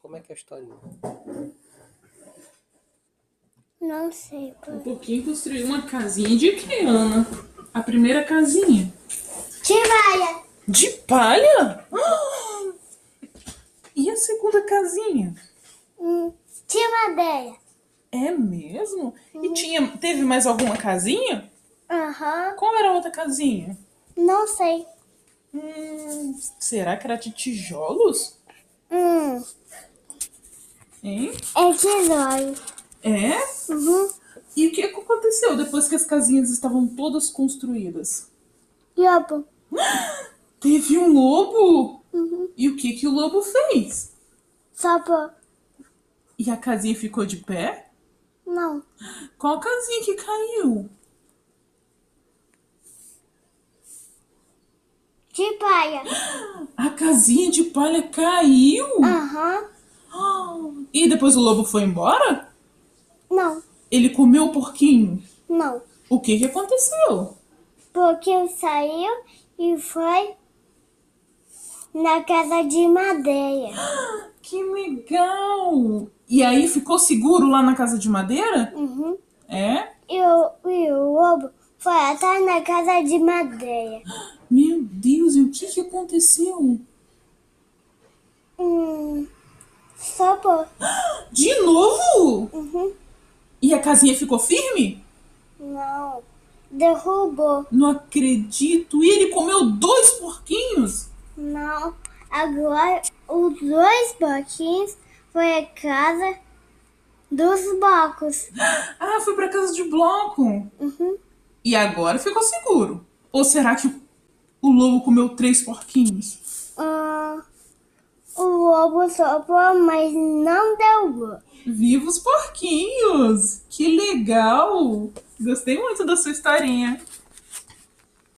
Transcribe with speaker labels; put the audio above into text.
Speaker 1: Como é que é a historinha?
Speaker 2: Não sei.
Speaker 3: O Um Pouquinho construiu uma casinha de que, Ana? A primeira casinha.
Speaker 2: Timaia.
Speaker 3: De palha? Ah! E a segunda casinha?
Speaker 2: Hum, Timadeia.
Speaker 3: É mesmo? E tinha, teve mais alguma casinha?
Speaker 2: Aham.
Speaker 3: Qual era a outra casinha?
Speaker 2: Não sei.
Speaker 3: Hum, será que era de tijolos?
Speaker 2: Hum,
Speaker 3: Hein?
Speaker 2: é tijolo.
Speaker 3: É?
Speaker 2: Uhum.
Speaker 3: E o que aconteceu depois que as casinhas estavam todas construídas?
Speaker 2: Lobo.
Speaker 3: Teve um lobo?
Speaker 2: Uhum.
Speaker 3: E o que, que o lobo fez?
Speaker 2: Sabor.
Speaker 3: E a casinha ficou de pé?
Speaker 2: Não.
Speaker 3: Qual casinha que caiu?
Speaker 2: Timaia.
Speaker 3: A casinha de palha caiu?
Speaker 2: Aham.
Speaker 3: E depois o lobo foi embora?
Speaker 2: Não.
Speaker 3: Ele comeu o porquinho.
Speaker 2: Não.
Speaker 3: O que, que aconteceu?
Speaker 2: Porque saiu e foi na casa de madeira.
Speaker 3: Que legal! E aí ficou seguro lá na casa de madeira?
Speaker 2: Uhum.
Speaker 3: É?
Speaker 2: E o, e o lobo foi atrás na casa de madeira.
Speaker 3: Meu Deus, e o que, que aconteceu?
Speaker 2: Hum, sabor.
Speaker 3: De novo?
Speaker 2: Uhum.
Speaker 3: E a casinha ficou firme?
Speaker 2: Não. Derrubou.
Speaker 3: Não acredito! E ele comeu dois porquinhos?
Speaker 2: Não. Agora os dois boquinhos foi a casa dos bocos.
Speaker 3: Ah, foi pra casa de bloco. E agora ficou seguro. Ou será que o lobo comeu três porquinhos?
Speaker 2: Ah, o lobo soprou, mas não derrubou.
Speaker 3: Vivos porquinhos! Que legal! Gostei muito da sua historinha.